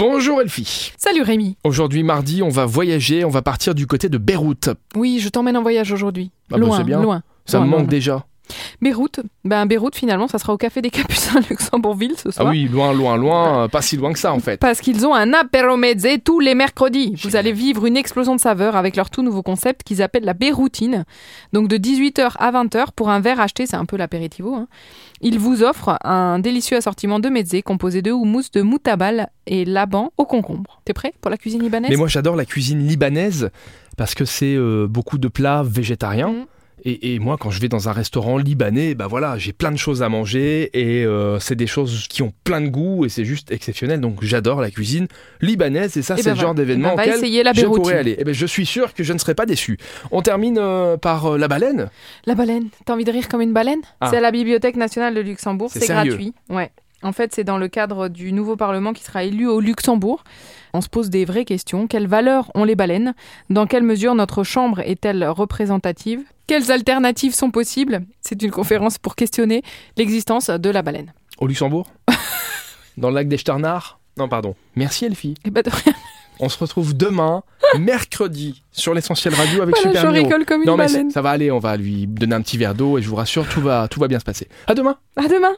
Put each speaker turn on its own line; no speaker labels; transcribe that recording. Bonjour Elfie.
Salut Rémi.
Aujourd'hui mardi, on va voyager, on va partir du côté de Beyrouth.
Oui, je t'emmène en voyage aujourd'hui.
Ah bah,
loin,
c'est bien.
loin.
Ça
loin,
me
loin.
manque déjà.
Beyrouth, ben Beyrouth finalement, ça sera au café des Capucins à Luxembourgville ce
Ah
soir.
oui, loin, loin, loin, euh, pas si loin que ça en fait.
Parce qu'ils ont un apéro mezzé tous les mercredis. Vous allez vivre une explosion de saveurs avec leur tout nouveau concept qu'ils appellent la Beyroutine. Donc de 18h à 20h pour un verre acheté, c'est un peu l'apéritivo. hein. Ils vous offrent un délicieux assortiment de mezzé composé de houmous de moutabal et laban au concombre. T'es prêt pour la cuisine libanaise
Mais moi j'adore la cuisine libanaise parce que c'est euh, beaucoup de plats végétariens.
Mm.
Et, et moi quand je vais dans un restaurant libanais, bah voilà, j'ai plein de choses à manger et euh, c'est des choses qui ont plein de goût et c'est juste exceptionnel. Donc j'adore la cuisine libanaise et ça
Eh
c'est
ben
le genre
voilà.
d'événement
Eh ben, va
auquel
essayer la
je
Beyroutine.
pourrais aller. Et ben, je suis sûr que je ne serai pas déçu. On termine euh, par euh, la baleine.
La baleine, t'as envie de rire comme une baleine
Ah.
C'est à la Bibliothèque nationale de Luxembourg,
C'est
c'est
sérieux
gratuit. Ouais. En fait, c'est dans le cadre du nouveau Parlement qui sera élu au Luxembourg. On se pose des vraies questions. Quelles valeurs ont les baleines Dans quelle mesure notre Chambre est-elle représentative Quelles alternatives sont possibles C'est une conférence pour questionner l'existence de la baleine.
Au Luxembourg Dans le lac des Starnards Non, pardon. Merci Elfie.
Et bah, de rien,
On se retrouve demain, mercredi, sur l'essentiel radio avec
voilà, je
Super Miro.
rigole comme une
Non mais
baleine.
c'est- ça va aller, on va lui donner un petit verre d'eau et je vous rassure, tout va, tout va bien se passer. À demain
À demain